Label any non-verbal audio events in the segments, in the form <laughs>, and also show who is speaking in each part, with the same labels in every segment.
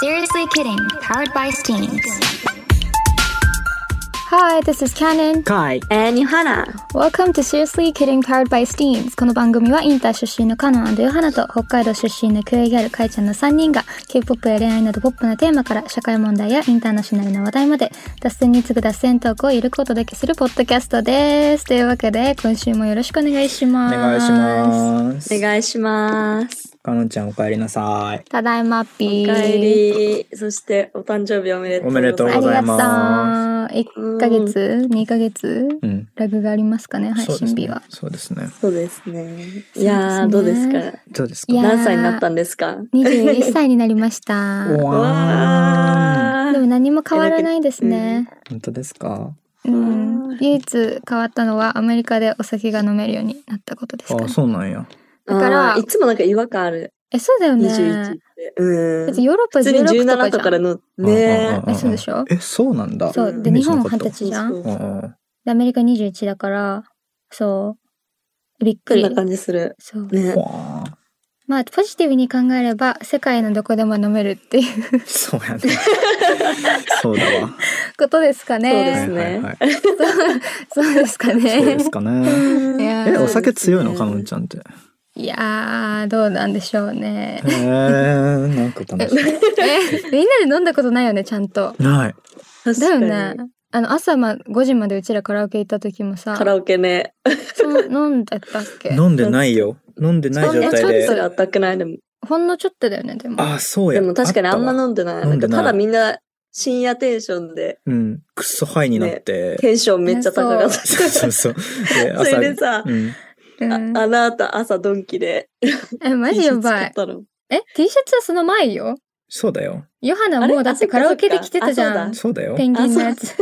Speaker 1: Seriously Kidding, powered by Steams.
Speaker 2: Hi, this is Canon.
Speaker 3: Kai.
Speaker 4: えー、ニハナ。
Speaker 2: Welcome to Seriously Kidding Powered by Steams. この番組はインター出身のカノンヨハナと北海道出身のクエギャルカイちゃんの3人が K-POP や恋愛などポップなテーマから社会問題やインターナショナルな話題まで脱線に次ぐ脱線トークをゆるくお届けするポッドキャストです。というわけで今週もよろしくお願いし
Speaker 3: お
Speaker 2: ます。
Speaker 3: 願いします。
Speaker 4: お願いします。
Speaker 3: かのんちゃんお帰りなさい。
Speaker 2: ただいま
Speaker 4: お
Speaker 2: ピー。
Speaker 4: かえり。そして、お誕生日おめでとう
Speaker 3: お
Speaker 4: ございます。
Speaker 3: めで
Speaker 2: あ
Speaker 3: と
Speaker 2: り
Speaker 3: うござい
Speaker 2: が
Speaker 3: ます
Speaker 2: とう。1ヶ月 ?2 ヶ月
Speaker 3: うん。
Speaker 2: ラグがありますかね、配
Speaker 3: そうで
Speaker 2: 信
Speaker 3: す
Speaker 2: 日
Speaker 3: ね
Speaker 2: は。。
Speaker 3: そうですね。
Speaker 4: そうですね。いやー、どうですか
Speaker 3: どうです
Speaker 2: い
Speaker 3: か
Speaker 2: やー
Speaker 4: 何歳になったんですか
Speaker 2: 21歳になりました。
Speaker 3: おわーん。
Speaker 4: わ
Speaker 2: でも
Speaker 4: ー。
Speaker 2: 何も変わらないですね。
Speaker 3: 本当ですか
Speaker 2: うん、唯一変わったのはアメリカでお酒が飲めるようになったことですか、ね
Speaker 3: あ、そうなんや。
Speaker 2: だから
Speaker 4: あーいつもなんか違和感ある。
Speaker 2: えそうだよね
Speaker 4: 21って。う
Speaker 2: だ
Speaker 4: ん
Speaker 2: って。ヨーロッパ
Speaker 4: 普通に
Speaker 2: 16
Speaker 4: 17
Speaker 2: とか
Speaker 4: とか
Speaker 2: じゃ
Speaker 4: ら
Speaker 2: ん
Speaker 4: の、
Speaker 3: うんうん
Speaker 4: ね
Speaker 3: うんうん
Speaker 2: えそうでしょ
Speaker 3: え、そうなんだ。
Speaker 2: そううで
Speaker 3: イメ
Speaker 2: 日
Speaker 3: ージな
Speaker 2: 本
Speaker 3: か
Speaker 2: は
Speaker 3: った
Speaker 2: 二十歳じゃん
Speaker 4: そう
Speaker 3: うんうん。
Speaker 2: でアメリカ21だからそうびっく
Speaker 4: そん
Speaker 2: り
Speaker 4: な感じする。
Speaker 2: そう
Speaker 4: ね。
Speaker 3: わー
Speaker 2: まあポジティブに考えれば世界のどこでも飲めるっていう
Speaker 3: そう
Speaker 2: <laughs>
Speaker 3: やね。そうだわ。
Speaker 2: ことですか
Speaker 4: そうで
Speaker 3: は
Speaker 4: す
Speaker 2: ね
Speaker 3: いはいはい。
Speaker 2: そうですか
Speaker 3: そう
Speaker 2: ね
Speaker 3: です
Speaker 2: <laughs>
Speaker 3: かね。
Speaker 2: いや
Speaker 3: え、
Speaker 2: ー
Speaker 3: お酒強いのかのん
Speaker 4: ん
Speaker 3: ちゃんって。
Speaker 2: いやーどうなんでしょうね
Speaker 4: <laughs>
Speaker 3: へえー、なんか楽しい。
Speaker 2: えみんなで飲んだことないよねちゃんと
Speaker 3: ない。
Speaker 4: 確
Speaker 2: だよ
Speaker 4: か
Speaker 2: ね
Speaker 4: に。
Speaker 2: あの朝ま5時までうちらカラオケ行った時もさ
Speaker 4: カラオケね。
Speaker 2: そう飲んだったっ
Speaker 4: <laughs>
Speaker 2: け
Speaker 3: 飲んでないよ。飲んでない状態
Speaker 2: そんなち
Speaker 3: で
Speaker 2: ょっ
Speaker 4: そ。れあったくないでも。
Speaker 2: ほんのちょっとだよねでも
Speaker 3: あ、そうや。
Speaker 4: でも確かにあんま
Speaker 3: ったわ
Speaker 4: 飲んでない。
Speaker 3: 飲
Speaker 4: なんん
Speaker 3: で
Speaker 4: か
Speaker 3: ない
Speaker 4: ただみんな深夜テンションで
Speaker 3: うん、クソハイになって。
Speaker 4: テンションめっちゃ高かった。
Speaker 3: そう <laughs> そうそ
Speaker 4: <laughs>
Speaker 3: う。で、
Speaker 4: そ
Speaker 3: 朝、
Speaker 4: れでさ、
Speaker 3: うん、
Speaker 2: うん
Speaker 4: ああなた朝ドンキで。
Speaker 2: えマジやば
Speaker 4: T シャツ
Speaker 2: い
Speaker 4: 買ったの
Speaker 2: え T シャツはその前よ
Speaker 3: そうだよ。
Speaker 2: ヨハ
Speaker 4: あ
Speaker 2: ナ
Speaker 4: れ
Speaker 2: もうだって
Speaker 4: あそっか
Speaker 2: カラオケで着てたじゃん
Speaker 3: そうだよ
Speaker 2: ペ。ンギンのやつ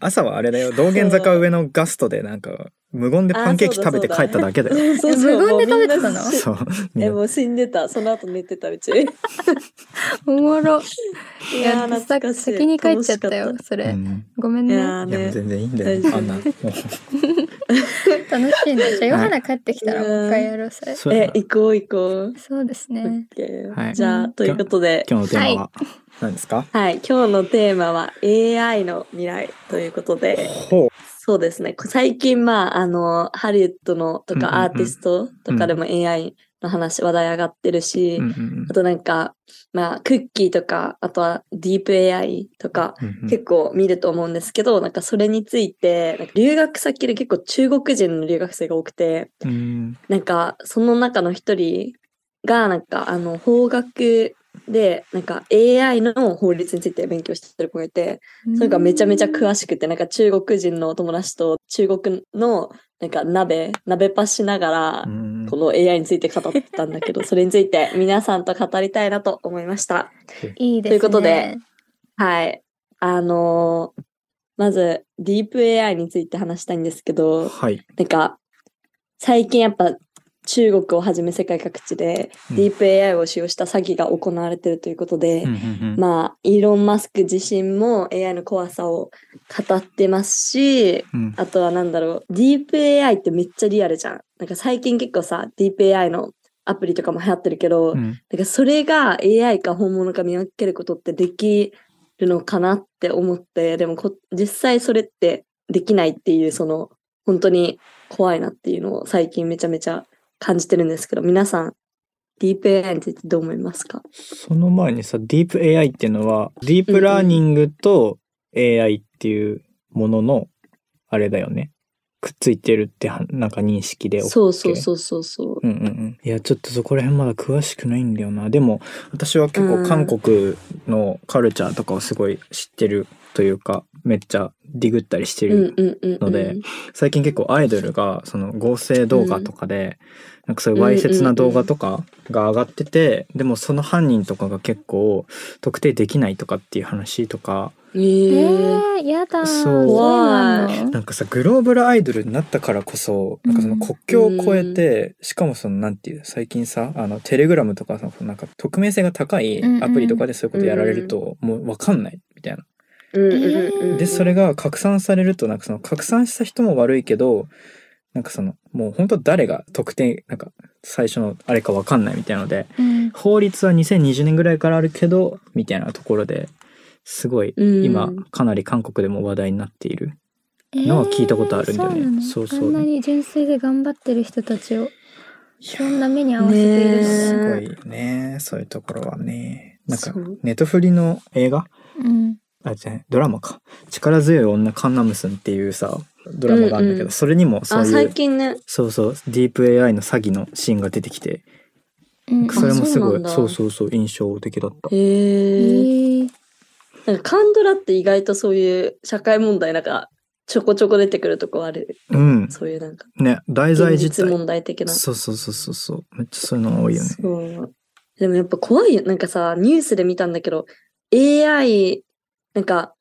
Speaker 3: 朝はあれだよ。道玄坂上のガストでなんか、無言でパンケーキ食べて帰っただけだ
Speaker 4: <laughs>
Speaker 3: よ。
Speaker 4: そう
Speaker 2: え
Speaker 4: そう
Speaker 2: 無言で食べてたの
Speaker 4: もうみんな
Speaker 3: そう。
Speaker 4: え、
Speaker 3: ね
Speaker 4: もう死んでた。その後寝てたうち。 <laughs> い
Speaker 2: おもろ
Speaker 4: や
Speaker 2: い
Speaker 4: ー、
Speaker 2: や
Speaker 4: 懐
Speaker 2: さ
Speaker 4: かしい。
Speaker 2: 先に帰っちゃったよ
Speaker 4: 楽しか
Speaker 2: それ、
Speaker 3: うん
Speaker 2: ごめん
Speaker 4: い
Speaker 2: ね
Speaker 4: や
Speaker 3: い
Speaker 4: ー
Speaker 3: や、もう
Speaker 4: ね。
Speaker 3: 全然いいんだよ。
Speaker 4: 大丈夫
Speaker 3: あんな。も
Speaker 4: <laughs>
Speaker 2: 楽しいねじゃあヨハナ帰ってきたら
Speaker 4: は
Speaker 2: も
Speaker 4: いう
Speaker 2: 一回やろうそれ
Speaker 3: う、そうや
Speaker 4: え
Speaker 3: な、
Speaker 4: 行こう行こう。
Speaker 2: そうです
Speaker 4: オッ
Speaker 2: ね
Speaker 4: ケー
Speaker 3: はい
Speaker 4: じゃあ、ということで。
Speaker 3: 今日のテーマは、何ですか
Speaker 4: はい、今日のテーマは AI の未来ということで。
Speaker 3: ほ
Speaker 4: そうですね。こ最近、まあ、あの、ハリウッドのと
Speaker 3: うんうんうん
Speaker 4: かアーティストとかでも AI の話、話題上がってる
Speaker 3: う。
Speaker 4: し、
Speaker 3: うんうん
Speaker 4: あとなんか、まあ、クッキーとか、あとはディープ AI とか、
Speaker 3: うんうん。
Speaker 4: 結構見ると思うんですけど、なんかそれについて、なんか留学先で結構中国人の留学生が多くて、
Speaker 3: うん
Speaker 4: なんかその中の一人が、なんかあの、法学で、なんか AI の法律について勉強してる子がいて、それがめちゃめちゃ詳しくて、なんか中国人のお友達と中国のなんか鍋、鍋パしながら
Speaker 3: う、ん
Speaker 4: この AI について語ってたん
Speaker 3: <laughs>
Speaker 4: だけど、それについて皆さんと語りたいなと思いました。
Speaker 2: いいですね
Speaker 4: ということではい。あのーまず、ディープ AI について話したいんですけど、
Speaker 3: はい。
Speaker 4: なんか、最近やっぱ中国をはじめ世界各地で、
Speaker 3: うん
Speaker 4: ディープ AI を使用した詐欺が行われてるということで、
Speaker 3: うんうんうん
Speaker 4: まあ、イーロン・マスク自身も AI の怖さを語ってますし、
Speaker 3: うん
Speaker 4: あとはなんだろう、ディープ AI ってめっちゃリアルじゃん。なんか最近結構さ、ディープ AI のアプリとかも流行ってるけど、
Speaker 3: うん
Speaker 4: なんかそれが AI か本物か見分けることってできるのかなって思って、でもこ実際それってできないっていう、その本当に怖いなっていうのを最近めちゃめちゃ感じてるんですけど、皆さん、ディープ AI についてどう思いますか
Speaker 3: その前にさ、ディープ AI っていうのは、ディープラーニングと AI っていうものの、あれだよね。くっついてるっては、なんか認識で。
Speaker 4: そうそうそうそうそう。
Speaker 3: うんうんうん。いや、ちょっとそこら辺まだ詳しくないんだよな。でも、私は結構韓国のカルチャーとかをすごい知ってるというか、めっちゃディグったりして
Speaker 4: う
Speaker 3: る
Speaker 4: んうんうんうん、
Speaker 3: ので最近結構アイドルがその合成動画とかで、なんかそういうわいせつな動画とかが上がってて、でもその犯人とかが結構特定できないとかっていう話とか
Speaker 4: え
Speaker 2: え
Speaker 4: ー、
Speaker 2: ー、やだー
Speaker 3: そう
Speaker 2: そうなの
Speaker 3: なんかさグローバルアイドルになったからこそなんかその国境を越えて、しかもそのなんていう最近さあのテレグラムとかさなんか匿名性が高いアプリとかでそういうことやられるともう分かんないみたいな。
Speaker 4: うんうんうんうん
Speaker 3: でそれが拡散されるとなんかその拡散した人も悪いけどなんかそのもう本当誰が特定なんか最初のあれか分かんないみたいなので
Speaker 2: うん
Speaker 3: 法律は2020年ぐらいからあるけどみたいなところですごい
Speaker 4: うん
Speaker 3: 今かなり韓国でも話題になっている
Speaker 2: えー
Speaker 3: のは聞いたことあるんだよね
Speaker 2: そ
Speaker 3: そうう
Speaker 2: な
Speaker 3: そ
Speaker 2: の
Speaker 3: う
Speaker 2: あんなに純粋で頑張ってる人たちを
Speaker 3: い
Speaker 2: そんな目に合わせているし、
Speaker 4: ね
Speaker 3: すごいよねそういうところはねなんか
Speaker 4: そう
Speaker 3: ネットフリの映画
Speaker 2: うん、
Speaker 3: あじゃないドラマか「力強い女カンナムスン」っていうさドラマがあるんだけど、
Speaker 4: うんうん
Speaker 3: それにもそう
Speaker 4: あ、
Speaker 3: いう
Speaker 4: 最近ね。
Speaker 3: そうそうディープ AI の詐欺のシーンが出てきて
Speaker 2: うん、
Speaker 3: それもすご
Speaker 4: そうなん
Speaker 3: い
Speaker 4: だ
Speaker 3: そうそうそう印象的だった。
Speaker 2: え
Speaker 4: へえ。
Speaker 2: ー
Speaker 4: なんかカンドラって意外とそういう社会問題なんかちょこちょこ出てくるとこある。
Speaker 3: うん
Speaker 4: そういうなんか
Speaker 3: ね題材
Speaker 4: 現
Speaker 3: 自
Speaker 4: 実
Speaker 3: 体
Speaker 4: 問題的な。
Speaker 3: そうそうそうそうそうめっちゃそういうの多いよね。
Speaker 4: そう。でもやっぱ怖いよ。なんかさ、ニュースで見たんだけど、AI、なんか、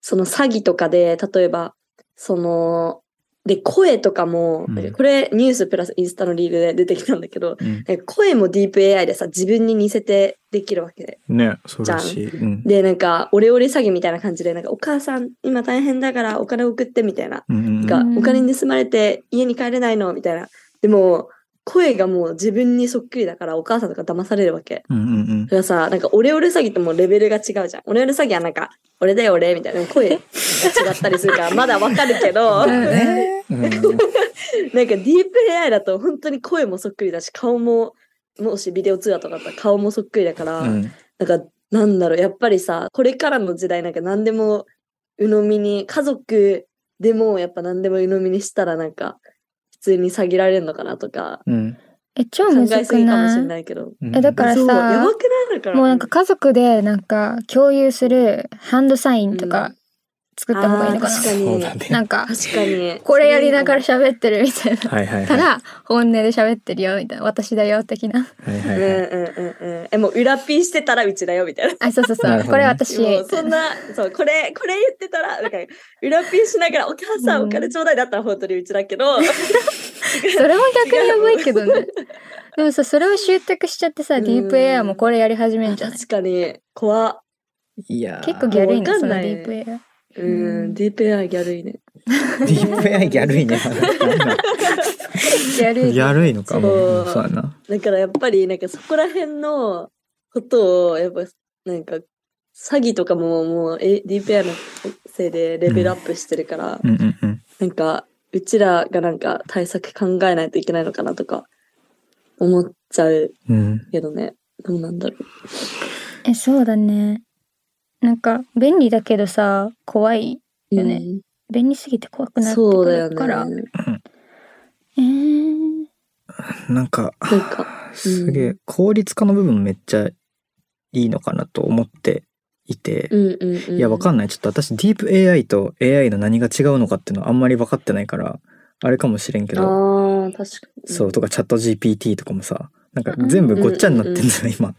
Speaker 4: その詐欺とかで、例えば、その、で、声とかも、
Speaker 3: うん
Speaker 4: これニュースプラスインスタのリールで出てきたんだけど、
Speaker 3: うん
Speaker 4: え声もディープ AI でさ、自分に似せてできるわけで。
Speaker 3: ねそうらしい。うん
Speaker 4: で、なんか、オレオレ詐欺みたいな感じで、なんか、お母さん、今大変だからお金送ってみたいな。
Speaker 3: うんうんうん
Speaker 4: が、
Speaker 2: うん
Speaker 4: お金盗まれて家に帰れないのみたいな。でも、声がもう自分にそっくりだから、お母さんとか騙されるわけ。
Speaker 3: うんうんうん
Speaker 4: だからさ、なんかオレオレ詐欺ともレベルが違うじゃん。オレオレ詐欺はなんか、俺だよ俺みたいな声が違ったりするか
Speaker 3: <laughs>
Speaker 4: ら、まだわかるけど、
Speaker 2: だ
Speaker 4: なん
Speaker 2: よ
Speaker 4: か
Speaker 3: ねうん
Speaker 4: ディープ AI だと本当に声もそっくりだし、顔も、もしビデオ通話とかだったら顔もそっくりだから、
Speaker 3: うん
Speaker 4: なんか、なんだろう、やっぱりさ、これからの時代なんか何でも鵜呑みに、家族でもやっぱ何でも鵜呑みにしたらなんか、普通に詐欺られるのかなとか、
Speaker 3: うん
Speaker 2: え超
Speaker 4: 考
Speaker 2: む
Speaker 4: え
Speaker 2: ず
Speaker 4: す
Speaker 2: く
Speaker 4: ぎかもしれ
Speaker 2: な
Speaker 4: ないいけど。
Speaker 3: うん
Speaker 2: えだからさ
Speaker 4: そう、やばくないだから。
Speaker 2: もうなんか家族でなんか共有するハンドサインとか作った方がいいのかな、
Speaker 4: あー確かに
Speaker 3: そうだね
Speaker 2: なんか
Speaker 4: 確かに。
Speaker 2: これやりながら喋ってるみたいな
Speaker 3: はいはい
Speaker 2: た
Speaker 3: はい
Speaker 2: ら本音で喋ってるよみたいな私だよ的な <laughs>
Speaker 3: はい
Speaker 4: うん
Speaker 3: は
Speaker 4: う
Speaker 3: い
Speaker 4: ん
Speaker 3: はい
Speaker 4: うんうん。え、もう裏ピンしてたらうちだよ、みたいな。
Speaker 2: あそうそうそう、
Speaker 3: なるほ
Speaker 2: こ
Speaker 3: どね
Speaker 2: れ私
Speaker 4: もうそんな、そう、これ、これ言ってたら、なんか、裏ピンしながら、お母さん
Speaker 2: うん
Speaker 4: お金ちょうだいだったら本当にうちだけど、
Speaker 2: それも逆にやばいけどねでもさそれを習得しちゃってさ
Speaker 4: うん
Speaker 2: ディープエアもこれやり始めんじゃない
Speaker 4: 確かに、怖っ
Speaker 3: いやー
Speaker 2: 結構ギャルい
Speaker 4: わ
Speaker 2: ね
Speaker 4: か
Speaker 2: そ
Speaker 4: ん
Speaker 2: の
Speaker 4: ない
Speaker 2: ディープエ
Speaker 4: うん、ディープ AI ギャルいね。
Speaker 3: ディープ AI ギャルいね。
Speaker 2: アギャルい
Speaker 3: ギャルいのかも。
Speaker 4: そう
Speaker 3: うんそうやな。
Speaker 4: だからやっぱりなんかそこら辺のことをやっぱなんか詐欺とかももうえ DPI のせいでレベルアップしてるから、
Speaker 3: うんうんうん。
Speaker 4: なんかうちらがなんか対策考えないといけないのかなとか思っちゃう
Speaker 3: うん。
Speaker 4: けどねどうなんだろ
Speaker 2: えそうだねなんか便利だけどさ怖いうよね便利すぎて怖くなって
Speaker 4: そうだ
Speaker 2: く
Speaker 4: よ
Speaker 2: る
Speaker 4: ね
Speaker 2: から、
Speaker 4: なん
Speaker 2: えー、
Speaker 3: なんか、
Speaker 4: か
Speaker 3: すげえ、効率化の部分めっちゃいいのかなと思っていて。
Speaker 4: うんうん、うん、
Speaker 3: いや、わかんない。ちょっと私、ディープ AI と AI の何が違うのかっていうのはあんまり分かってないから、あれかもしれんけ
Speaker 4: あ
Speaker 3: ど、
Speaker 4: ー確かに
Speaker 3: そう、とかチャット GPT とかもさ、なんか全部ごっちゃになってんだよ、今。
Speaker 2: あ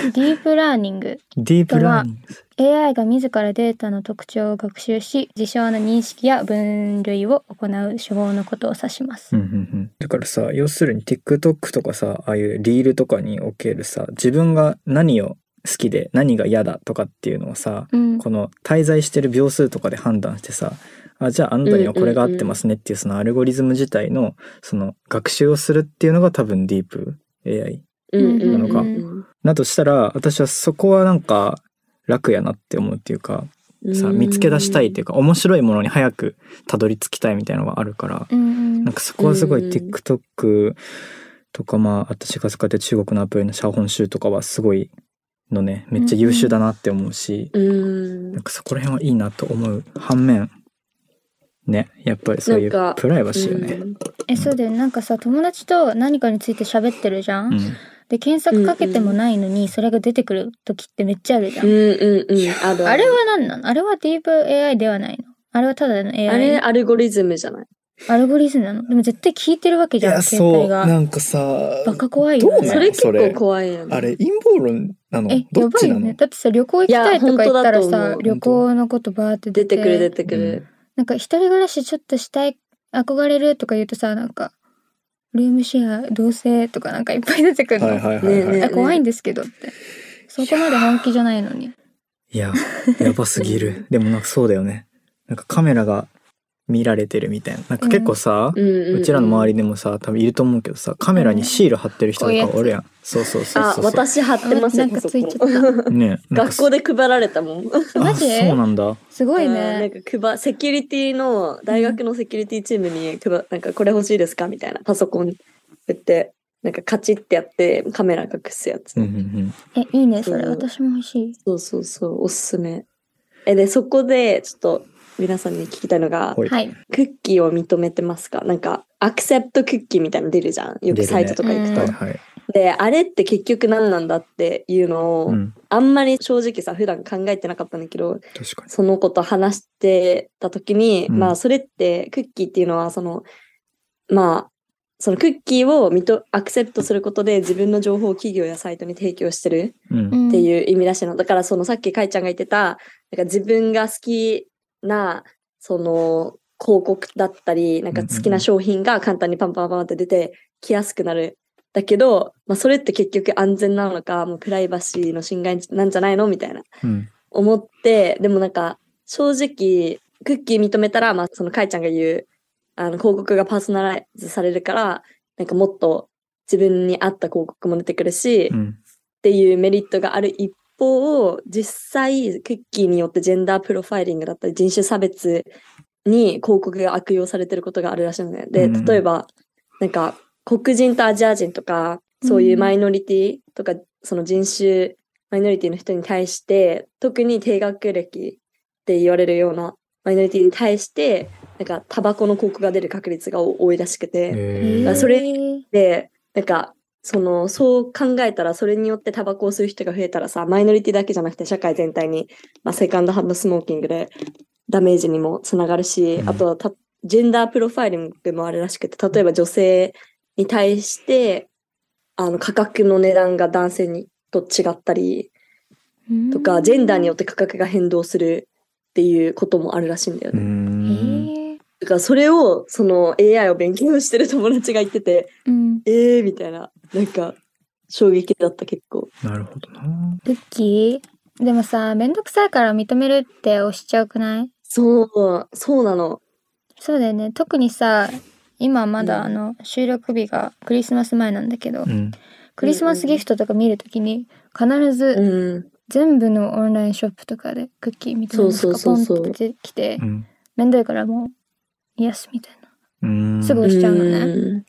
Speaker 2: ディープラーニング
Speaker 3: ディープラーニング。
Speaker 2: AI が自らデータの特徴を学習し事象の認識や分類を行う手法のことを指します、
Speaker 3: うんうんうん、だからさ要するに TikTok とかさああいうリールとかにおけるさ自分が何を好きで何が嫌だとかっていうのをさ
Speaker 2: うん
Speaker 3: この滞在してる秒数とかで判断してさあじゃああなたにはこれが合ってますねっていうそのアルゴリズム自体のその学習をするっていうのが多分ディープ AI
Speaker 4: うんうん
Speaker 3: なのか
Speaker 4: うん
Speaker 3: なとしたら私はそこはなんか楽やなって思うっていうか
Speaker 4: うん
Speaker 3: さ見つけ出したいっていうか面白いものに早くたどり着きたいみたいなのがあるから
Speaker 2: うん
Speaker 3: なんかそこはすごい
Speaker 4: うん
Speaker 3: TikTok とかまあ私が使ってる中国のアプリのシャオホンシューとかはすごいのねめっちゃ優秀だなって思うし、
Speaker 4: うん
Speaker 3: なんかそこら辺はいいなと思う反面ねやっぱりそういう
Speaker 4: なんか
Speaker 3: プライバシーよ
Speaker 4: う
Speaker 3: ね。
Speaker 4: ん
Speaker 2: えそうだよなんかさ友達と何かについて喋ってるじゃん、
Speaker 3: うん
Speaker 2: で検索かけてもないのにそれが出てくる時ってめっちゃあるじゃん、
Speaker 4: うんうんうん。ある
Speaker 2: あれ
Speaker 4: る
Speaker 2: は何なのあれはディープ AI ではないのあれはただの AI
Speaker 4: あれアルゴリズムじゃない
Speaker 2: アルゴリズムなのでも絶対聞いてるわけ
Speaker 3: い
Speaker 2: じゃん携帯が
Speaker 3: んかさ
Speaker 2: バカ怖いよ
Speaker 3: どう
Speaker 2: ね
Speaker 3: な
Speaker 4: そ
Speaker 3: の
Speaker 4: れ結
Speaker 3: それ
Speaker 4: 構怖いよね。
Speaker 3: 陰謀論なの
Speaker 2: えやばいよねだってさ旅行行きたいとか言ったら
Speaker 4: いや本当だと
Speaker 2: さ
Speaker 4: 思う
Speaker 2: 旅行のことバーって
Speaker 4: 出
Speaker 2: 出て
Speaker 4: てくる出てくる。
Speaker 2: なんか一人暮らしちょっとしたい憧れるとか言うとさなんかルームシェア同棲とかなんかいっぱい出てくるの、
Speaker 3: はいはいはいはい、
Speaker 4: ねえね
Speaker 2: あ怖いんですけどってそこまで本気じゃないのに
Speaker 3: いややばすぎるでもなんかそうだよねなんかカメラが見られてるみたいな。なんか結構さ、うちらの周
Speaker 4: り
Speaker 3: りでもさ、多分いると思うけどさ、カメラにシール貼ってる人とかおるやん。そうそうそう
Speaker 4: あ
Speaker 3: そうそう。
Speaker 4: 私貼ってます
Speaker 2: な
Speaker 4: よ
Speaker 2: んかついちゃ
Speaker 4: パソコン <laughs>
Speaker 2: った。
Speaker 3: ね、なんか
Speaker 4: 学校で配られたもん
Speaker 2: マジ
Speaker 3: あそうなんだ。
Speaker 2: すごい
Speaker 4: うん <laughs> なん
Speaker 2: ね。
Speaker 4: か配セキュリティの大学のセキュリティチームに配なんかこれ欲しいですかみたいなパソコン売ってなんかカチッってやってカメラ隠すやつ、
Speaker 3: うんうん
Speaker 2: え、いいね、それ。
Speaker 4: そう
Speaker 2: 私も欲しい。
Speaker 4: そうそうそうおすすめえでそこでちょっと皆さんに聞きたいのが
Speaker 3: ほい
Speaker 2: はい。
Speaker 4: クッキーを認めてますかなんかアクセプトクッキーみたいなの出るじゃん
Speaker 3: 出る
Speaker 4: よく
Speaker 3: ね
Speaker 4: サイトとか行く
Speaker 3: うん。
Speaker 4: と、
Speaker 3: はいはい。
Speaker 4: であれって結局何なんだっていうのを、
Speaker 3: うん。
Speaker 4: あんまり正直さ普段考えてなかったんだけど
Speaker 3: 確かに。
Speaker 4: その子と話してた時に、
Speaker 3: うん
Speaker 4: まあそれってクッキーっていうのはそのまあそのクッキーを認アクセプトすることで自分の情報を企業やサイトに提供してる
Speaker 3: うん。
Speaker 2: ん
Speaker 4: っていう意味らしいの、だからそのさっきかいちゃんが言ってたなんか自分が好きなその広告だったりなんか好きな商品が簡単にパンパンパンって出てきやすくなるだけど、まあ、それって結局安全なのかもうプライバシーの侵害なんじゃないのみたいな
Speaker 3: うん。
Speaker 4: 思ってでもなんか正直クッキー認めたら、まあ、そのかいちゃんが言うあの広告がパーソナライズされるからなんかもっと自分に合った広告も出てくるし、
Speaker 3: う
Speaker 4: っ
Speaker 3: ん。
Speaker 4: ていうメリットがある一方実際クッキーによってジェンダープロファイリングだったり人種差別に広告が悪用されてることがあるらしいのね。で
Speaker 3: うんうん
Speaker 4: 例えばなんか黒人とアジア人とかそういうマイノリティとか、その人種マイノリティの人に対して特に低学歴って言われるようなマイノリティに対してなんかタバコの広告が出る確率が多いらしくて。
Speaker 3: へ
Speaker 4: まあ
Speaker 3: ー
Speaker 4: それ
Speaker 2: へ
Speaker 4: でなんかそのそう考えたらそれによってタバコを吸う人が増えたらさマイノリティだけじゃなくて社会全体に、まあ、セカンドハンドスモーキングでダメージにもつながるし、
Speaker 3: うん
Speaker 4: あとはたジェンダープロファイリングもあるらしくて例えば女性に対してあの価格の値段が男性にと違ったり
Speaker 2: ー
Speaker 4: とかジェンダーによ
Speaker 2: っ
Speaker 4: って価格が変動するっていうこともあるらしいんだよ
Speaker 3: う
Speaker 4: ね。
Speaker 2: て
Speaker 3: ん。
Speaker 4: だからそれをその AI を勉強してる友達が言ってて
Speaker 2: うん。
Speaker 4: えーみたいな、なんか、衝撃だった結構。
Speaker 3: なるほどな。
Speaker 2: クッキーでもさ、めんどくさいから認めるって押しちゃうくない
Speaker 4: そう、そうなの。
Speaker 2: そうだよね。特にさ、今ま
Speaker 4: うん
Speaker 2: だあの収録日がクリスマス前なんだけど、
Speaker 3: うん。
Speaker 2: クリスマスギフトとか見るときに必ず
Speaker 4: うん。
Speaker 2: 全部のオンラインショップとかでクッキーみたいなの
Speaker 4: そう
Speaker 2: が
Speaker 4: そ
Speaker 2: ポ
Speaker 4: う
Speaker 2: ン
Speaker 4: そうそう
Speaker 2: って出てきて
Speaker 3: う、ん。
Speaker 2: めんどいからもう、癒すみたいな。
Speaker 3: うん。
Speaker 2: すご
Speaker 4: う
Speaker 2: 押いしちゃうのね
Speaker 4: ん。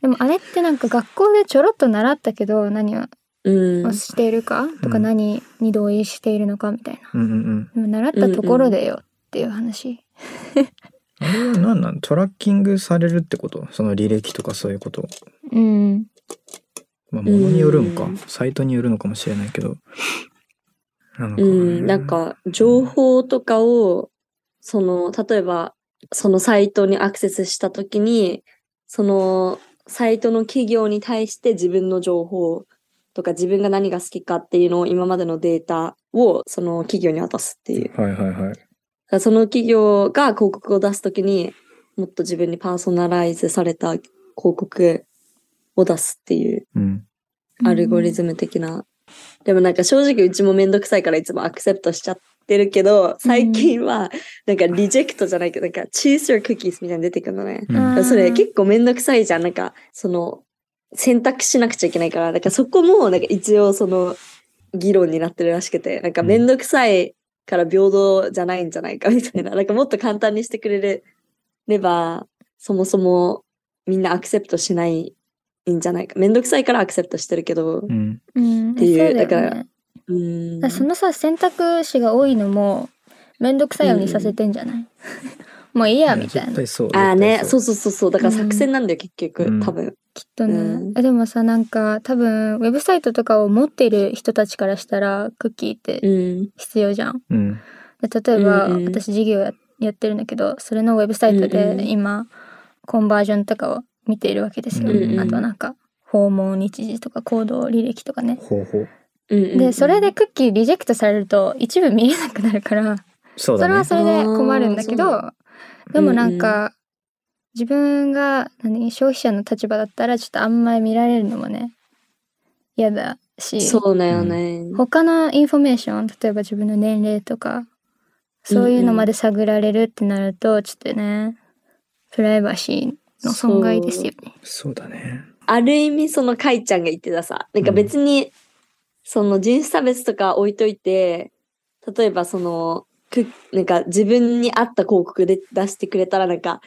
Speaker 2: でもあれってなんか学校でちょろっと習ったけど、何を
Speaker 4: うん。
Speaker 2: しているかとか
Speaker 3: うん
Speaker 2: 何に同意しているのかみたいな。
Speaker 3: うんうんうん。
Speaker 2: でも習ったところでよっていう話。
Speaker 3: あれは何なんトラッキングされるってことその履歴とかそういうこと。
Speaker 2: うん。
Speaker 3: まあ、ものによるんか
Speaker 4: うん。
Speaker 3: サイトによるのかもしれないけど。なのかね
Speaker 4: うん。なん、か、情報とかを、その、例えば、そのサイトにアクセスしたときに、その、サイトの企業に対して自分の情報とか自分が何が好きかっていうのを今までのデータをその企業に渡すっていう。
Speaker 3: はいはいはい。
Speaker 4: だからその企業が広告を出すときにもっと自分にパーソナライズされた広告を出すっていう
Speaker 3: うん。
Speaker 4: アルゴリズム的な。でもなんか正直うちもめんどくさいからいつもアクセプトしちゃってるけど、最近はなんかリジェクトじゃないけど、なんかチーズ or クッキーみたいなの出てくるのね。
Speaker 3: うん
Speaker 2: あー
Speaker 4: それ結構めんどくさいじゃん。なんかその選択しなくちゃいけないから、だからそこもなんか一応その議論になってるらしくて、なんかめんどくさいから平等じゃないんじゃないかみたいな、 <laughs> なんかもっと簡単にしてくれれば、そもそもみんなアクセプトしないんじゃないか。めんどくさいからアクセプトしてるけど、
Speaker 3: うん。
Speaker 2: うん。
Speaker 4: ていう
Speaker 2: そうだよね
Speaker 4: だから
Speaker 2: だか
Speaker 4: うーん。
Speaker 2: らそのさ選択肢が多いのもめんどくさいようにさせてんじゃない、もういいやみたい
Speaker 3: 絶
Speaker 2: な。きっ
Speaker 3: 対そう。。
Speaker 4: ああね、そううそうそうそう、だから作戦なんだよ、結
Speaker 3: うん
Speaker 4: 局、多分。
Speaker 2: とね、
Speaker 4: うん
Speaker 2: えでもさなんか多分ウェブサイトとかを持っている人たちからしたらクッキーって
Speaker 4: うん。
Speaker 2: 必要じゃん。
Speaker 3: うん。
Speaker 2: で例えば、
Speaker 4: うんうん
Speaker 2: 私授業ややってるんだけどそれのウェブサイト
Speaker 4: うんう
Speaker 2: で
Speaker 4: ん
Speaker 2: 今、コンバージョンとかを見ているわけですよ、
Speaker 3: うんうん
Speaker 2: あとなんか訪問日時とか行動履歴とかね
Speaker 3: 方法。
Speaker 4: うんうんうん
Speaker 2: でそれでクッキーリジェクトされると一部見れなくなるから
Speaker 3: そ
Speaker 2: そ
Speaker 3: うだ
Speaker 2: れ
Speaker 3: ね
Speaker 2: は。それで困るんだけど
Speaker 4: あ
Speaker 2: でもなんか、自分が何消費者の立場だったらちょっとあんまり見られるのもね嫌だし
Speaker 4: そうだよね。
Speaker 2: 他のインフォメーション例えば自分の年齢とかそういうのまで探られるってなると、ちょっとね、プライバシーの損害ですよね。
Speaker 3: そうだね。
Speaker 4: ある意味そのかいちゃんが言ってたさなんか別にその人種差別とか置いといて例えばそのくなんか自分に合った広告で出してくれたらなんか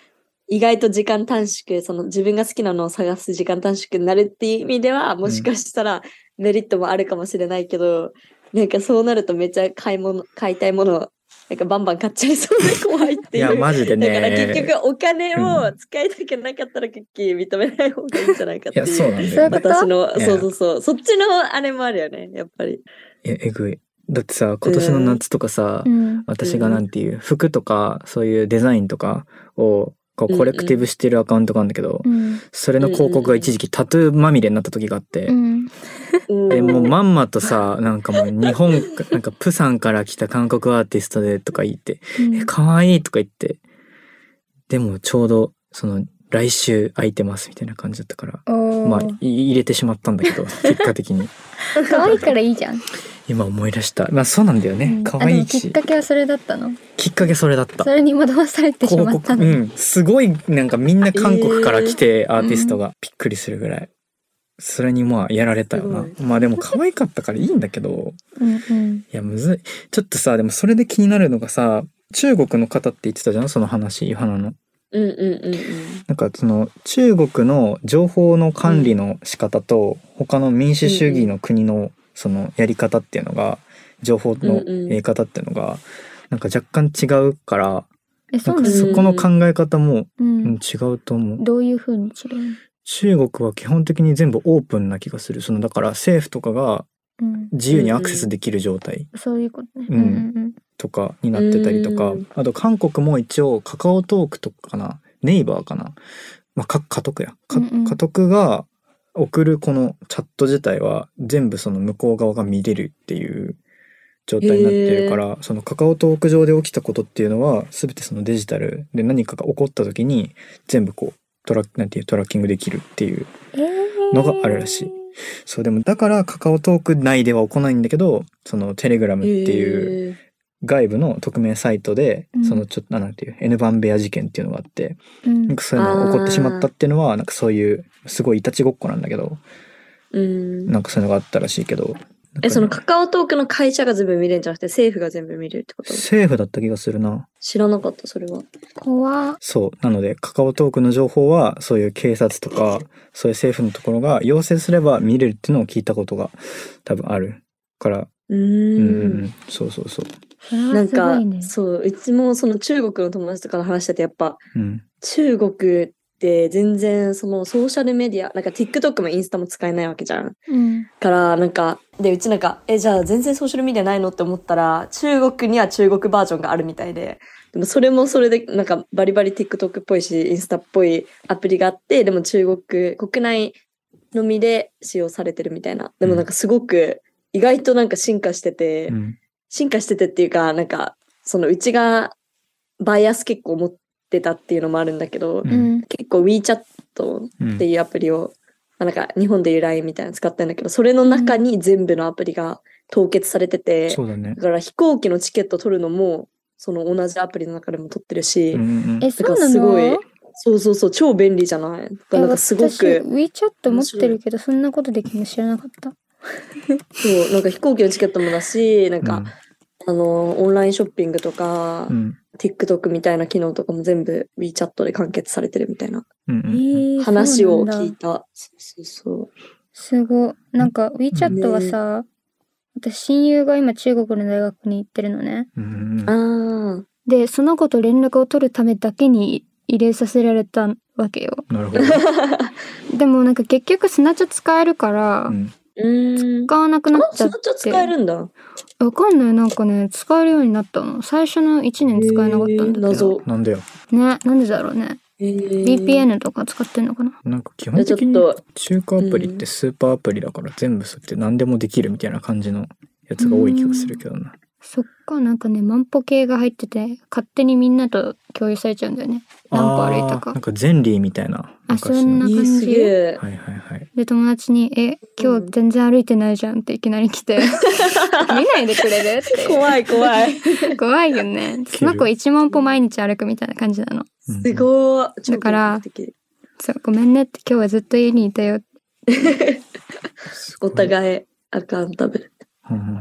Speaker 4: 意外と時間短縮その自分が好きなのを探す時間短縮になるっていう意味ではもしかしたらメリットもあるかもしれないけど、なんかそうなるとめっちゃ買い物買いたいものなんかバンバン買っちゃいそうで怖いって
Speaker 3: い
Speaker 4: いう。
Speaker 3: や、マジで
Speaker 4: だから結
Speaker 3: ね。
Speaker 4: 局お金を使いたくなかったらクッキー認めない方がいいんじゃないかっ
Speaker 3: い
Speaker 4: て
Speaker 3: や、そうなんだ
Speaker 2: そうい
Speaker 3: よ
Speaker 2: うこ
Speaker 3: ね。
Speaker 2: と
Speaker 4: 私の、
Speaker 3: いや
Speaker 4: そうそうそう。そっちのあれもあるよね、やっぱり。
Speaker 3: いや、えぐい。だってさ、今年の夏とかさ、
Speaker 2: うん。
Speaker 3: 私がなんていう、服とか、そういうデザインとかを、こうコレクティブしてるアカウントがあるんだけど、
Speaker 2: うん。
Speaker 3: それの広告が一時期タトゥーまみれになった時があって、
Speaker 2: うん。
Speaker 3: でもうまんまとさなんかもう日本なんかプサンから来た韓国アーティストでとか言って「え可愛いとか言ってでもちょうどその来週空いてますみたいな感じだったから。
Speaker 2: おー
Speaker 3: まあ、い入れてしまったんだけど結果的に
Speaker 2: 可愛いからいいじゃん。
Speaker 3: 今思い出したまあそうなんだよ
Speaker 2: う
Speaker 3: ね
Speaker 2: ん
Speaker 3: 可
Speaker 2: あで
Speaker 3: 愛
Speaker 2: も
Speaker 3: い
Speaker 2: き
Speaker 3: し
Speaker 2: っかけはそれだったの。
Speaker 3: きっかけそれだった
Speaker 2: それに惑わされてしま
Speaker 3: 広
Speaker 2: った
Speaker 3: 告
Speaker 2: の。
Speaker 3: うんすごいなんかみんな韓国から来てアーティストがびっくりするぐらいそれにまあやられたよな
Speaker 4: す
Speaker 3: まあでも可愛かったからいいんだけど
Speaker 2: うんうん。
Speaker 3: いや、むずい。ちょっとさ、でもそれで気になるのがさ、中国の方って言ってたじゃんその話、ユハナの。
Speaker 4: うんうんうん
Speaker 3: なんかその、中国の情報の管理の仕方と、他の民主主義の国のそのやり方っていうのが、情報の
Speaker 4: うんうん
Speaker 3: 得方っていうのが、なんか若干違うから、
Speaker 2: え、そ
Speaker 3: な
Speaker 2: うんな
Speaker 3: か
Speaker 2: の
Speaker 3: そこの考え方も、
Speaker 2: う
Speaker 3: うんん、。違うと思う。
Speaker 2: どういう風に違うの
Speaker 3: 中国は基本的に全部オープンな気がする。その、だから政府とかが
Speaker 2: うん。
Speaker 3: 自由にアクセスできる状態。
Speaker 2: そういうことね。
Speaker 3: うん
Speaker 2: うん
Speaker 3: とかになってたりとか
Speaker 4: うん
Speaker 3: あと韓国も一応カカオトークとかかなネイバーかな、まあ、か家督や
Speaker 2: う
Speaker 3: か
Speaker 2: んうん
Speaker 3: 家督が送るこのチャット自体は全部その向こう側が見れるっていう状態になってるからそのカカオトーク上で起きたことっていうのは全てそのデジタルで何かが起こった時に全部こうトラなんていうトラッキングできるっていう
Speaker 2: えー
Speaker 3: のがあるらしいそうでもだからカカオトーク内では起こないんだけどそのテレグラム
Speaker 4: うん。
Speaker 3: っていう。
Speaker 4: う。
Speaker 3: 外部の匿名サイトで、
Speaker 2: うん
Speaker 3: そのちょっとなんていう N 番部屋事件っていうのがあって
Speaker 2: うん
Speaker 3: なんかそういうのが起こってしまったっていうのはなんかそういうすごいいたちごっこなんだけど
Speaker 4: うん、
Speaker 3: なんかそういうのがあったらしいけど
Speaker 4: え、そ
Speaker 3: な
Speaker 4: の
Speaker 3: んか
Speaker 4: カ
Speaker 3: ね
Speaker 4: カオトークの会社が全部見れるんじゃなくて政府が全部見れるってこと
Speaker 3: 政府だった気がするな
Speaker 4: 知らなかった、それは。
Speaker 2: 怖
Speaker 3: そうなのでカカオトークの情報はそういう警察とかそういう政府のところが要請すれば見れるっていうのを聞いたことが多分あるからう
Speaker 4: う
Speaker 3: んうん
Speaker 4: ん
Speaker 3: うんそうそうそう
Speaker 2: それは
Speaker 4: なん
Speaker 2: すご
Speaker 4: か
Speaker 2: いね、
Speaker 4: そう、うちもその中国の友達とかの話してて、やっぱ
Speaker 3: うん
Speaker 4: 中国って全然そのソーシャルメディア、なんか TikTok もインスタも使えないわけじゃん。
Speaker 2: うん
Speaker 4: からなんかでうちなんかえじゃあ全然ソーシャルメディアないのって思ったら中国には中国バージョンがあるみたいででもそれもそれでなんかバリバリ TikTok っぽいしインスタっぽいアプリがあってでも中国国内のみで使用されてるみたいなでもなんかすごく意外となんか進化してて、
Speaker 3: うん
Speaker 4: 進化しててっていうかなんかそのうちがバイアス結構持ってたっていうのもあるんだけ
Speaker 3: う
Speaker 4: ど、
Speaker 2: うんん
Speaker 4: 結構 WeChat
Speaker 3: うん
Speaker 4: っていうアプリを、まあなんか日本でいう LINE みたいなの使ってるんだけど、それの中に全部のアプリが凍結されてて、
Speaker 3: そうだね
Speaker 4: だから飛行機のチケット取るのも、その同じアプリの中でも取ってるし、
Speaker 3: うんうん
Speaker 2: え、
Speaker 4: だ
Speaker 2: そ
Speaker 4: か
Speaker 2: う
Speaker 4: ら
Speaker 2: なの
Speaker 4: すごい、そうそうそう、超便利じゃないだからなんかすご
Speaker 2: 私
Speaker 4: く、
Speaker 2: WeChat 持ってるけど、そんなことできるの知らなかった。
Speaker 4: そう、なんか飛行機のチケットもだし、なん
Speaker 3: う
Speaker 4: か
Speaker 3: ん、
Speaker 4: あの、オンラインショッピングとか、
Speaker 3: うん
Speaker 4: TikTok みたいな機能とかも全部 WeChat で完結されてるみたいな
Speaker 3: うんうんうん
Speaker 4: 話を聞
Speaker 2: い
Speaker 4: いた。そうそうそう。
Speaker 2: すごい。なんか WeChat はさ、私親友が今中国の大学に行ってるのね。
Speaker 3: うんうん
Speaker 4: ああ。
Speaker 2: で、その子と連絡を取るためだけに入れさせられたわけよ。
Speaker 3: なるほど。
Speaker 2: でもなんか結局スナチャ使えるから、
Speaker 3: うん
Speaker 4: うーん。
Speaker 2: 使わなくなっちゃ
Speaker 4: あ、
Speaker 2: っ
Speaker 4: そっちは
Speaker 2: て。
Speaker 4: 使えるんだ。
Speaker 2: わかんない。なんかね、使えるようになったの。最初の1年使えなかったんだけど。
Speaker 4: 謎。
Speaker 3: なんだよ。
Speaker 2: ね、なんでだろうね。
Speaker 4: えー
Speaker 2: VPN とか使ってんのかな
Speaker 3: なんか基
Speaker 4: じゃ
Speaker 3: 本
Speaker 4: あちょ
Speaker 3: 的
Speaker 4: っ
Speaker 3: に
Speaker 4: と、
Speaker 3: 中華アプリってスーパーアプリだから全部そうやって何でもできるみたいな感じのやつが多い気がするけどな。
Speaker 2: そっか、なんかね、万歩計が入ってて、勝手にみんなと共有されちゃうんだよね。何歩歩いた
Speaker 3: あーな
Speaker 2: か
Speaker 3: ん。かゼンリーみたいな。
Speaker 2: あ
Speaker 3: 昔の
Speaker 2: そんな
Speaker 4: え
Speaker 2: 感じ
Speaker 4: ーすげえ。
Speaker 3: はいはいはい。
Speaker 2: で、友達に、え、今日全然歩いてないじゃんっていきなり来 <laughs> て、見ないでくれるって。
Speaker 4: 怖い怖い。
Speaker 2: 怖いよね。その子1万歩毎日歩くみたいな感じなの。
Speaker 3: うん
Speaker 4: すごい。
Speaker 2: だから
Speaker 4: 超魅力的
Speaker 2: そう、ごめんねって今日はずっと家にいたよ。
Speaker 3: すご
Speaker 4: お
Speaker 3: い
Speaker 4: 互いアカウンタブル。
Speaker 3: うんうんうん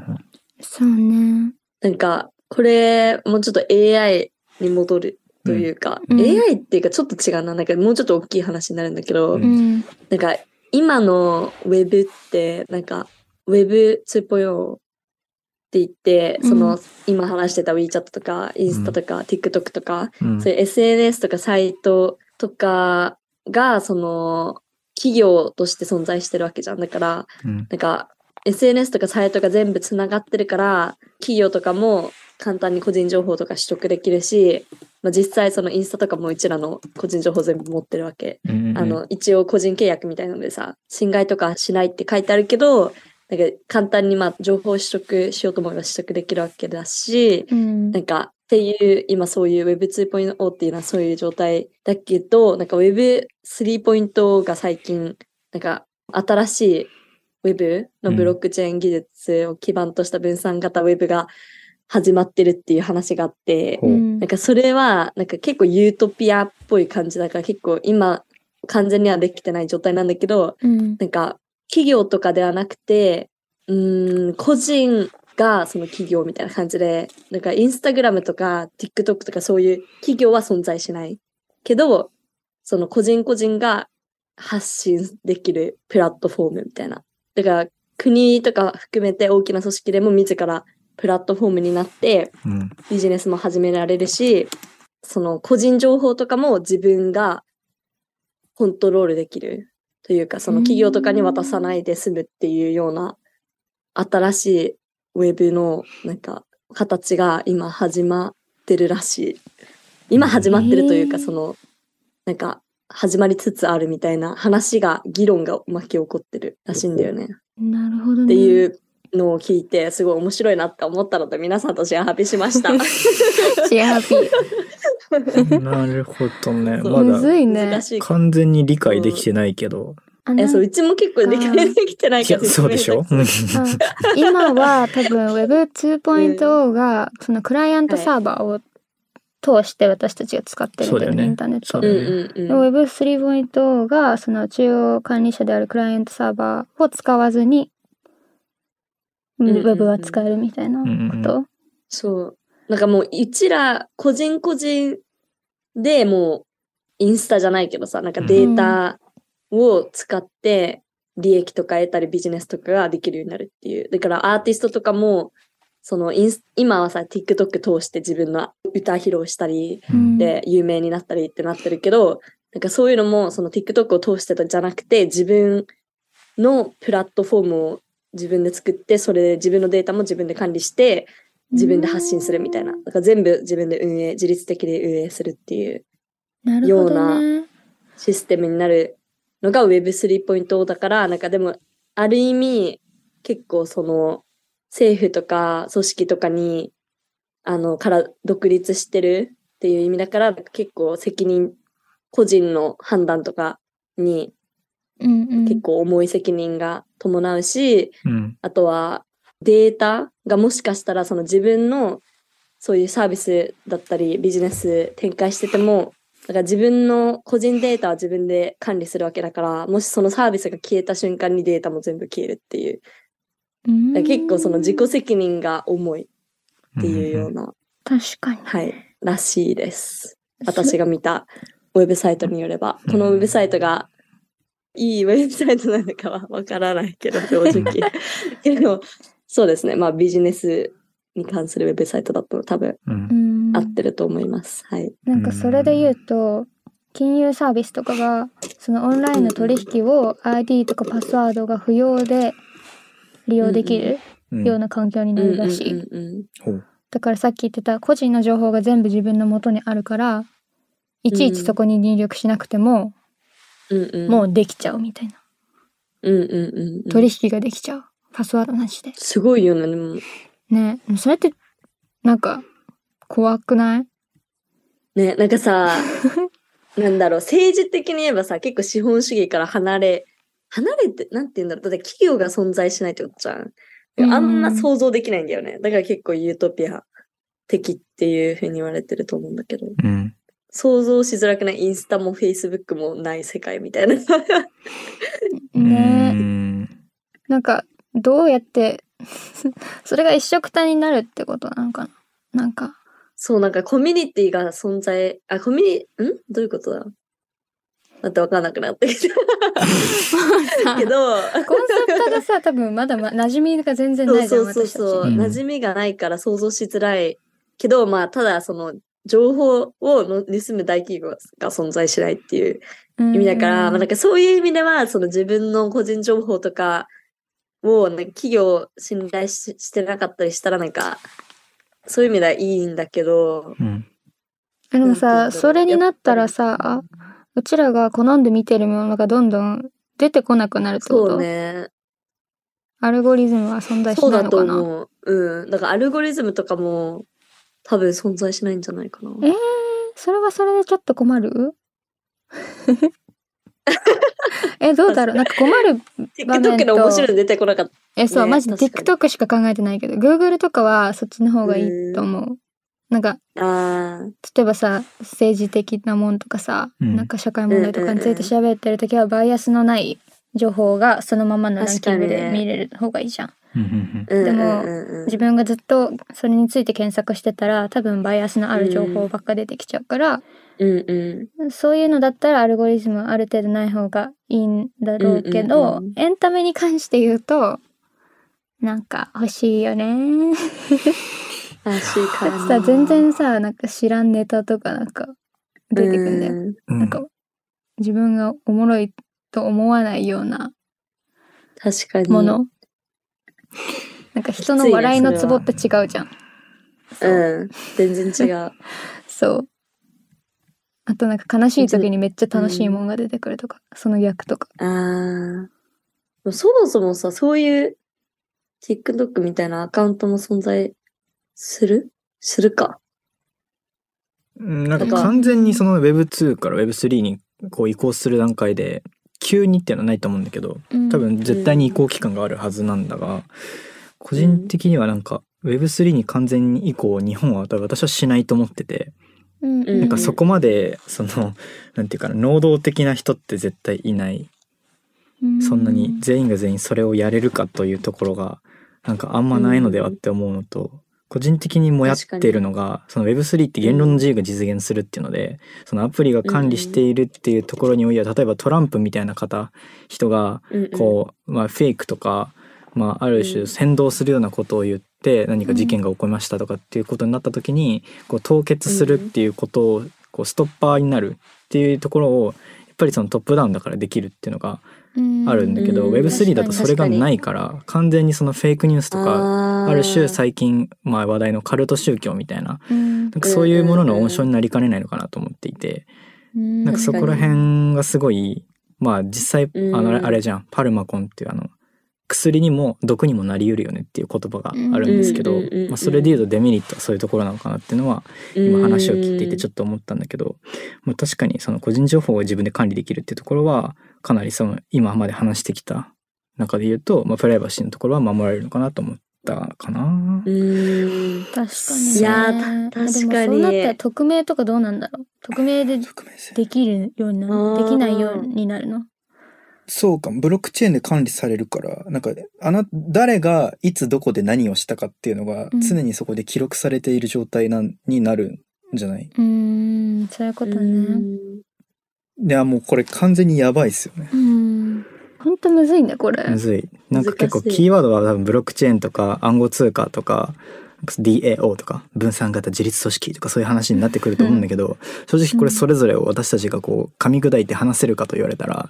Speaker 2: そうね。
Speaker 4: なんか、これ、もうちょっと AI に戻るというか、
Speaker 2: うんうん
Speaker 4: AI っていうかちょっと違うな。なんかもうちょっと大きい話になるんだけど、
Speaker 3: うん
Speaker 2: うん。
Speaker 4: なんか今の Web って、なんか Web2.0 って言って、そうの今話してた WeChat とか、インスタとか、TikTok とか、
Speaker 3: うん
Speaker 4: そういう SNS とかサイトとかが、その、企業として存在してるわけじゃん。だから、
Speaker 3: うん
Speaker 4: なんか、SNS とかサイトが全部つながってるから、企業とかも簡単に個人情報とか取得できるし、まあ、実際そのインスタとかもうちらの個人情報全部持ってるわけ。
Speaker 3: うんうん
Speaker 4: あの、一応個人契約みたいなのでさ、侵害とかしないって書いてあるけど、なんか簡単にまあ情報取得しようと思えば取得できるわけだし、
Speaker 2: うん
Speaker 4: なんか、っていう、今そういう Web2.0 っていうのはそういう状態だけど、なんか Web3.0 が最近、なんか新しい Web のブロックチェーン技術を基盤とした分散型 Web が始まってるっていう話があって、
Speaker 3: こう
Speaker 4: なんかそれは、なんか結構ユートピアっぽい感じだから結構今完全にはできてない状態なんだけど、
Speaker 2: うん。
Speaker 4: なんか企業とかではなくて、うーん、個人がその企業みたいな感じで、なんかインスタグラムとか TikTok とかそういう企業は存在しない。けど、その個人個人が発信できるプラットフォームみたいな。だから国とか含めて大きな組織でも自らプラットフォームになって、
Speaker 3: うん
Speaker 4: ビジネスも始められるし、その個人情報とかも自分がコントロールできるというか、その企業とかに渡さないで済むっていうような新しいウェブのなんか形が今始まってるらしい。今始まってるというか、
Speaker 2: へー
Speaker 4: そのなんか始まりつつあるみたいな話が、議論が巻き起こってるらしいんだよね。
Speaker 2: なるほどね。 <laughs>
Speaker 4: っていうのを聞いて、すごい面白いなって思ったので、皆さんとシェアハピしました。
Speaker 2: シェアハピー。
Speaker 3: なるほどね。
Speaker 4: そう
Speaker 3: ま
Speaker 2: むず
Speaker 3: だ
Speaker 2: いね
Speaker 4: 難。しいか
Speaker 3: 完全に理解できてないけど。
Speaker 2: あ
Speaker 4: え、
Speaker 2: なん
Speaker 4: そう、うちも結構理解できてない
Speaker 3: い
Speaker 4: か
Speaker 3: や、
Speaker 4: ら。
Speaker 3: そうでしょうん
Speaker 2: あ今は多分 Web2.0 がそのクライアントサーバーを通して私たちが使ってるんだよ
Speaker 3: そうだ
Speaker 2: ね、
Speaker 3: よね
Speaker 2: インターネット
Speaker 3: そ
Speaker 2: を。
Speaker 3: う
Speaker 4: う
Speaker 3: だ
Speaker 4: ん
Speaker 3: よ
Speaker 4: うんうん。
Speaker 2: Web3.0 がその中央管理者であるクライアントサーバーを使わずに、
Speaker 4: んうんうん
Speaker 2: Web は使えるみたいなこと。
Speaker 4: そう。なんかもう、うちら、個人個人でもう、インスタじゃないけどさ、なんかデータを使って、利益とか得たりビジネスとかができるようになるっていう。だからアーティストとかも、そのインス、今はさ、TikTok 通して自分の歌披露したり、
Speaker 2: うん
Speaker 4: で有名になったりってなってるけど、なんかそういうのもその TikTok を通してたじゃなくて自分のプラットフォームを自分で作ってそれで自分のデータも自分で管理して自分で発信するみたいな。だから全部自分で運営自律的に運営するっていう
Speaker 2: なるほどね。
Speaker 4: システムになるのが Web3.0 だからなんかでもある意味結構その政府とか組織とかにあのから独立してるっていう意味だからなんか結構責任個人の判断とかに
Speaker 2: うんうん
Speaker 4: 結構重い責任が伴うし、
Speaker 3: うん
Speaker 4: あとはデータがもしかしたらその自分のそういうサービスだったりビジネス展開しててもだから自分の個人データは自分で管理するわけだからもしそのサービスが消えた瞬間にデータも全部消えるっていうだから結構その自己責任が重いっていうような、
Speaker 2: 確かに。
Speaker 4: はいらしいです私が見たウェブサイトによれば
Speaker 3: うん
Speaker 4: このウェブサイトがいいウェブサイトなのかはわからない
Speaker 2: <laughs>
Speaker 4: けど正直けどそうですねまあビジネスに関するウェブサイトだと多分
Speaker 3: うん
Speaker 2: うん
Speaker 4: 合ってると思います、はい
Speaker 2: なんかそれで言うと、金融サービスとかが、そのオンラインの取引を ID とかパスワードが不要で利用できる
Speaker 3: うん
Speaker 2: ような環境になるらし
Speaker 4: うん
Speaker 2: い。
Speaker 4: うんうんうん
Speaker 3: ほう
Speaker 2: だからさっき言ってた個人の情報が全部自分の元にあるから、いちいちそこに入力しなくても、
Speaker 4: うんうん
Speaker 2: もうできちゃうみたいな。
Speaker 4: うんうんうんうん
Speaker 2: 取引ができちゃう。パスワードなしで。
Speaker 4: すごいよねでも
Speaker 2: ねそれってなんか、怖くない
Speaker 4: ね、なんかさ、なんだろう、政治的に言えばさ、結構資本主義から離れ、離れて、なんて言うんだろう、だって企業が存在しないってことじゃん。あんま想像できないんだよね。だから結構ユートピア的っていうふうに言われてると思うんだけど。
Speaker 3: うん。
Speaker 4: 想像しづらくないインスタもフェイスブックもない世界みたいな。 <laughs>
Speaker 3: う
Speaker 2: ねえ。
Speaker 3: ん
Speaker 2: なんか、どうやって、 <laughs> それが一緒くたになるってことなのかななんか、
Speaker 4: そう、なんかコミュニティが存在、あ、コミュニ、んどういうことだだってわかんなくなってきた。 <laughs> けど、
Speaker 2: コンセプトがさ、多分まだま馴染みが全然ないじゃん、
Speaker 4: そうそうそうそう、
Speaker 3: 私たちうん
Speaker 4: 馴染みがないから想像しづらいけどまあただその情報をの盗む大企業が存在しないっていう
Speaker 2: 私
Speaker 4: 意
Speaker 2: たち
Speaker 4: 味だから、まあ、なん
Speaker 2: う
Speaker 4: かそういう意味ではその自分の個人情報とかをなんか企業を信頼ししてなかったりしたらなんかそういう意味ではいいんだけど
Speaker 3: うん。
Speaker 2: んでも
Speaker 4: な
Speaker 2: さ、
Speaker 4: んていうの
Speaker 2: それになったら
Speaker 4: やっぱ
Speaker 2: さ、うちらが好んで見てるものがどんどん出てこなくなるってこ
Speaker 4: そう
Speaker 2: と、
Speaker 4: ね
Speaker 2: アルゴリズムは存在し
Speaker 4: そう
Speaker 2: ない
Speaker 4: だ
Speaker 2: の
Speaker 4: と
Speaker 2: かな
Speaker 4: 思ううんだからアルゴリズムとかも多分存在しないんじゃないかな
Speaker 2: えー、それはそれでちょっと困る <laughs> え、どうだろうなんか困る、場面と
Speaker 4: TikTok の面白いの出てこなかった
Speaker 2: え、そう、
Speaker 4: ね
Speaker 2: マジで
Speaker 4: 確か
Speaker 2: TikTok しか考えてないけど、Google とかはそっちの方がいいと思う。なんか、
Speaker 4: ああ、
Speaker 2: 例えばさ、政治的なもんとかさ、
Speaker 3: うん
Speaker 2: なんか社会問題とかについ
Speaker 4: うんうんう
Speaker 2: て
Speaker 4: ん
Speaker 2: 調べてるときは、バイアスのない情報がそのままのランキング
Speaker 4: 確か
Speaker 2: で
Speaker 4: にね
Speaker 2: 見れる方がいいじゃん。
Speaker 3: うんうん
Speaker 4: うん
Speaker 2: でも
Speaker 4: うんうん
Speaker 2: 自分がずっとそれについて検索してたら、多分バイアスのある情報ばっか出てきちゃうから、
Speaker 4: うんう
Speaker 2: そういうのだったらアルゴリズムはある程度ない方がいいんだろうけど、
Speaker 4: うんうんうん
Speaker 2: エンタメに関して言うと、なんか欲しいよね。
Speaker 4: ん。確か
Speaker 2: だってさ、
Speaker 4: に。
Speaker 2: 全然さ、なんか知らんネタとかなんか出てくんだよ。
Speaker 4: よ。
Speaker 3: うん
Speaker 2: なんか、自分がおもろいと思わないような
Speaker 4: 確かに。
Speaker 2: もの。なんか人の笑いのツボって違うじゃん。
Speaker 4: うん。全然違う。
Speaker 2: そう。あとなんか悲しい時にめっちゃ楽しいもんが出てくるとか、その逆とか。
Speaker 4: ああ。そもそもさ、そういう TikTok みたいなアカウントも存在するするか。
Speaker 3: うんなんか
Speaker 4: だから
Speaker 3: 完全にその Web2 から Web3 にこう移行する段階で急にっていうのはないと思うんだけど多分絶対に移行期間があるはずなんだが個人的にはなんか Web3 に完全に移行を日本は多分私はしないと思ってて
Speaker 2: うん、
Speaker 4: うん
Speaker 3: なんかそこまでそのなんていうかな能動的な人って絶対いないそんなに全員が全員それをやれるかというところがなんかあんまないのではって思うのと、個人的にもやっているのがその Web3 って言論の自由が実現するっていうのでそのアプリが管理しているっていうところにおいては例えばトランプみたいな方人が
Speaker 4: うんうん
Speaker 3: こう、まあ、フェイクとか、まあ、ある
Speaker 4: う
Speaker 3: 種
Speaker 4: ん
Speaker 3: 先導するようなことを言って何か事件が起こりましたとかっていうことになった時にこう凍結するっていうことをこうストッパーになるっていうところをやっぱりそのトップダウンだからできるっていうのがあるんだけど、
Speaker 4: うん
Speaker 3: Web3 だとそれがないから完全にそのフェイクニュースとか
Speaker 4: あー
Speaker 3: ある種最近まあ話題のカルト宗教みたいな
Speaker 2: うん
Speaker 3: なんかそういうものの温床になりかねないのかなと思っていて
Speaker 2: うん
Speaker 3: なんかそこら辺がすごいまあ実際
Speaker 4: うん
Speaker 3: あのあれじゃんパルマコンっていうあの薬にも毒にもなり得るよねっていう言葉があるんですけど
Speaker 4: うんうんうんうん
Speaker 3: まあそれでいうとデメリットはそういうところなのかなっていうのは今話を聞いていてちょ
Speaker 4: っ
Speaker 3: っと思ったんだけど、まあ、確かにその個人情報を自分で管理できるっていうところはかなりその今まで話してきた中で言うと、まあ、プライバシーのところは守られるのかなと思ったかな
Speaker 4: と。。うん。
Speaker 2: 確かにね。
Speaker 3: い
Speaker 4: やーた確かに
Speaker 2: でもそうなったら匿名とかどうなんだろう匿名で
Speaker 3: 匿名性
Speaker 2: できるようにな
Speaker 4: あ
Speaker 2: る
Speaker 4: ー
Speaker 2: できないようになるの
Speaker 3: そうかブロックチェーンで管理されるからなんかあな誰がいつどこで何をしたかっていうのが
Speaker 2: うん常
Speaker 3: にそこで記録されている状態なんになるんじゃないう
Speaker 2: ーん、そういうことね。
Speaker 3: いやもうこれ完全にやばいですよね。
Speaker 2: うん。ほんとむずいね、これ。
Speaker 3: むずい。なんか結構
Speaker 4: 難しい
Speaker 3: キーワードは多分ブロックチェーンとか暗号通貨とか DAO とか分散型自立組織とかそういう話になってくると思うんだけど、正直これそれぞれを私たちがこう噛み砕いて話せるかと言われたら、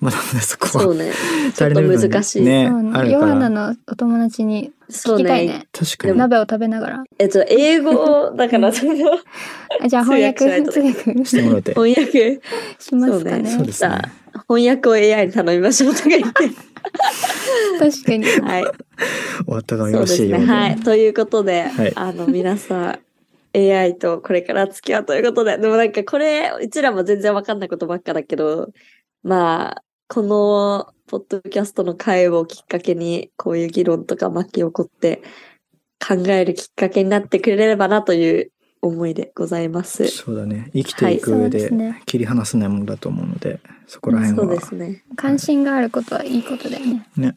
Speaker 3: まだまだそこは
Speaker 4: そうね。ち
Speaker 3: 足
Speaker 4: ょっ
Speaker 3: りな
Speaker 4: と
Speaker 3: い部分
Speaker 4: 難しい。
Speaker 3: ね
Speaker 2: そう
Speaker 3: あ
Speaker 2: ね。
Speaker 3: るか
Speaker 2: ヨハナ
Speaker 3: ら。
Speaker 2: のお友達に
Speaker 4: そ
Speaker 2: 聞
Speaker 4: う
Speaker 2: きたい
Speaker 4: ね。
Speaker 2: ね。
Speaker 3: 確か
Speaker 4: で
Speaker 3: に。
Speaker 2: 鍋を食べながら。
Speaker 4: えっと、英語をだから、その
Speaker 2: あじゃあ翻訳
Speaker 4: 通訳し
Speaker 2: 通
Speaker 4: な
Speaker 2: 訳
Speaker 3: してもらって。
Speaker 4: 翻訳、
Speaker 2: しますか
Speaker 4: そうね
Speaker 2: ね
Speaker 3: そう。ですね。
Speaker 2: <laughs>
Speaker 4: 翻訳を AI に頼みましょうとか言って。
Speaker 2: 確かに。
Speaker 4: はい。
Speaker 3: 終わったが
Speaker 4: そ
Speaker 3: よろ
Speaker 4: うで
Speaker 3: し
Speaker 4: す
Speaker 3: いよ
Speaker 4: ね。
Speaker 3: うで。
Speaker 4: はい。ということで、
Speaker 3: はい
Speaker 4: あの、皆さん、AI とこれから付き合うということで、でもなんかこれ、うちらも全然わかんないことばっかだけど、まあ、この、ポッドキャストの会をきっかけに、こういう議論とか巻き起こって、考えるきっかけになってくれればなという思いでございます。
Speaker 3: そうだね。生きていく上
Speaker 2: はい
Speaker 3: で
Speaker 2: そうですね
Speaker 3: 切り離せないものだと思うので、そこら
Speaker 4: そ
Speaker 3: 辺
Speaker 4: う
Speaker 3: は
Speaker 4: で。すね。
Speaker 2: 関心があることはいいことだよね。
Speaker 3: ね。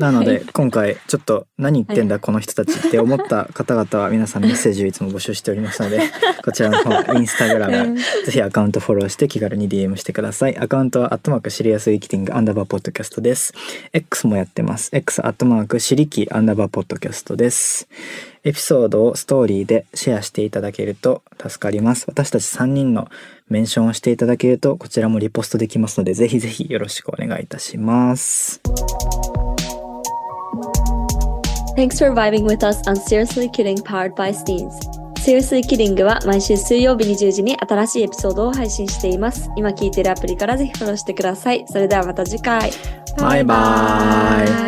Speaker 3: なので、今回ちょっと何言ってんだこの人たちって思った方々は皆さんメッセージをいつも募集しておりますので、こちらの方、インスタグラム、ぜひアカウントフォローして気軽に DM してください。アカウントはアットマークシリアスウィキティングアンダーバーポッドキャストです。X もやってます。X アットマークシリキアンダーバーポッドキャストです。エピソードをストーリーでシェアしていただけると助かります。私たち3人のメンションをしていただけるとこちらもリポストできますので、ぜひぜひよろしくお願いいたします。
Speaker 4: Thanks for vibing with us on Seriously Kidding powered by Steens. Seriously Kidding は毎週水曜日20時に新しいエピソードを配信しています。今聞いているアプリからぜひフォローしてください。それではまた次回。
Speaker 3: バイバイ。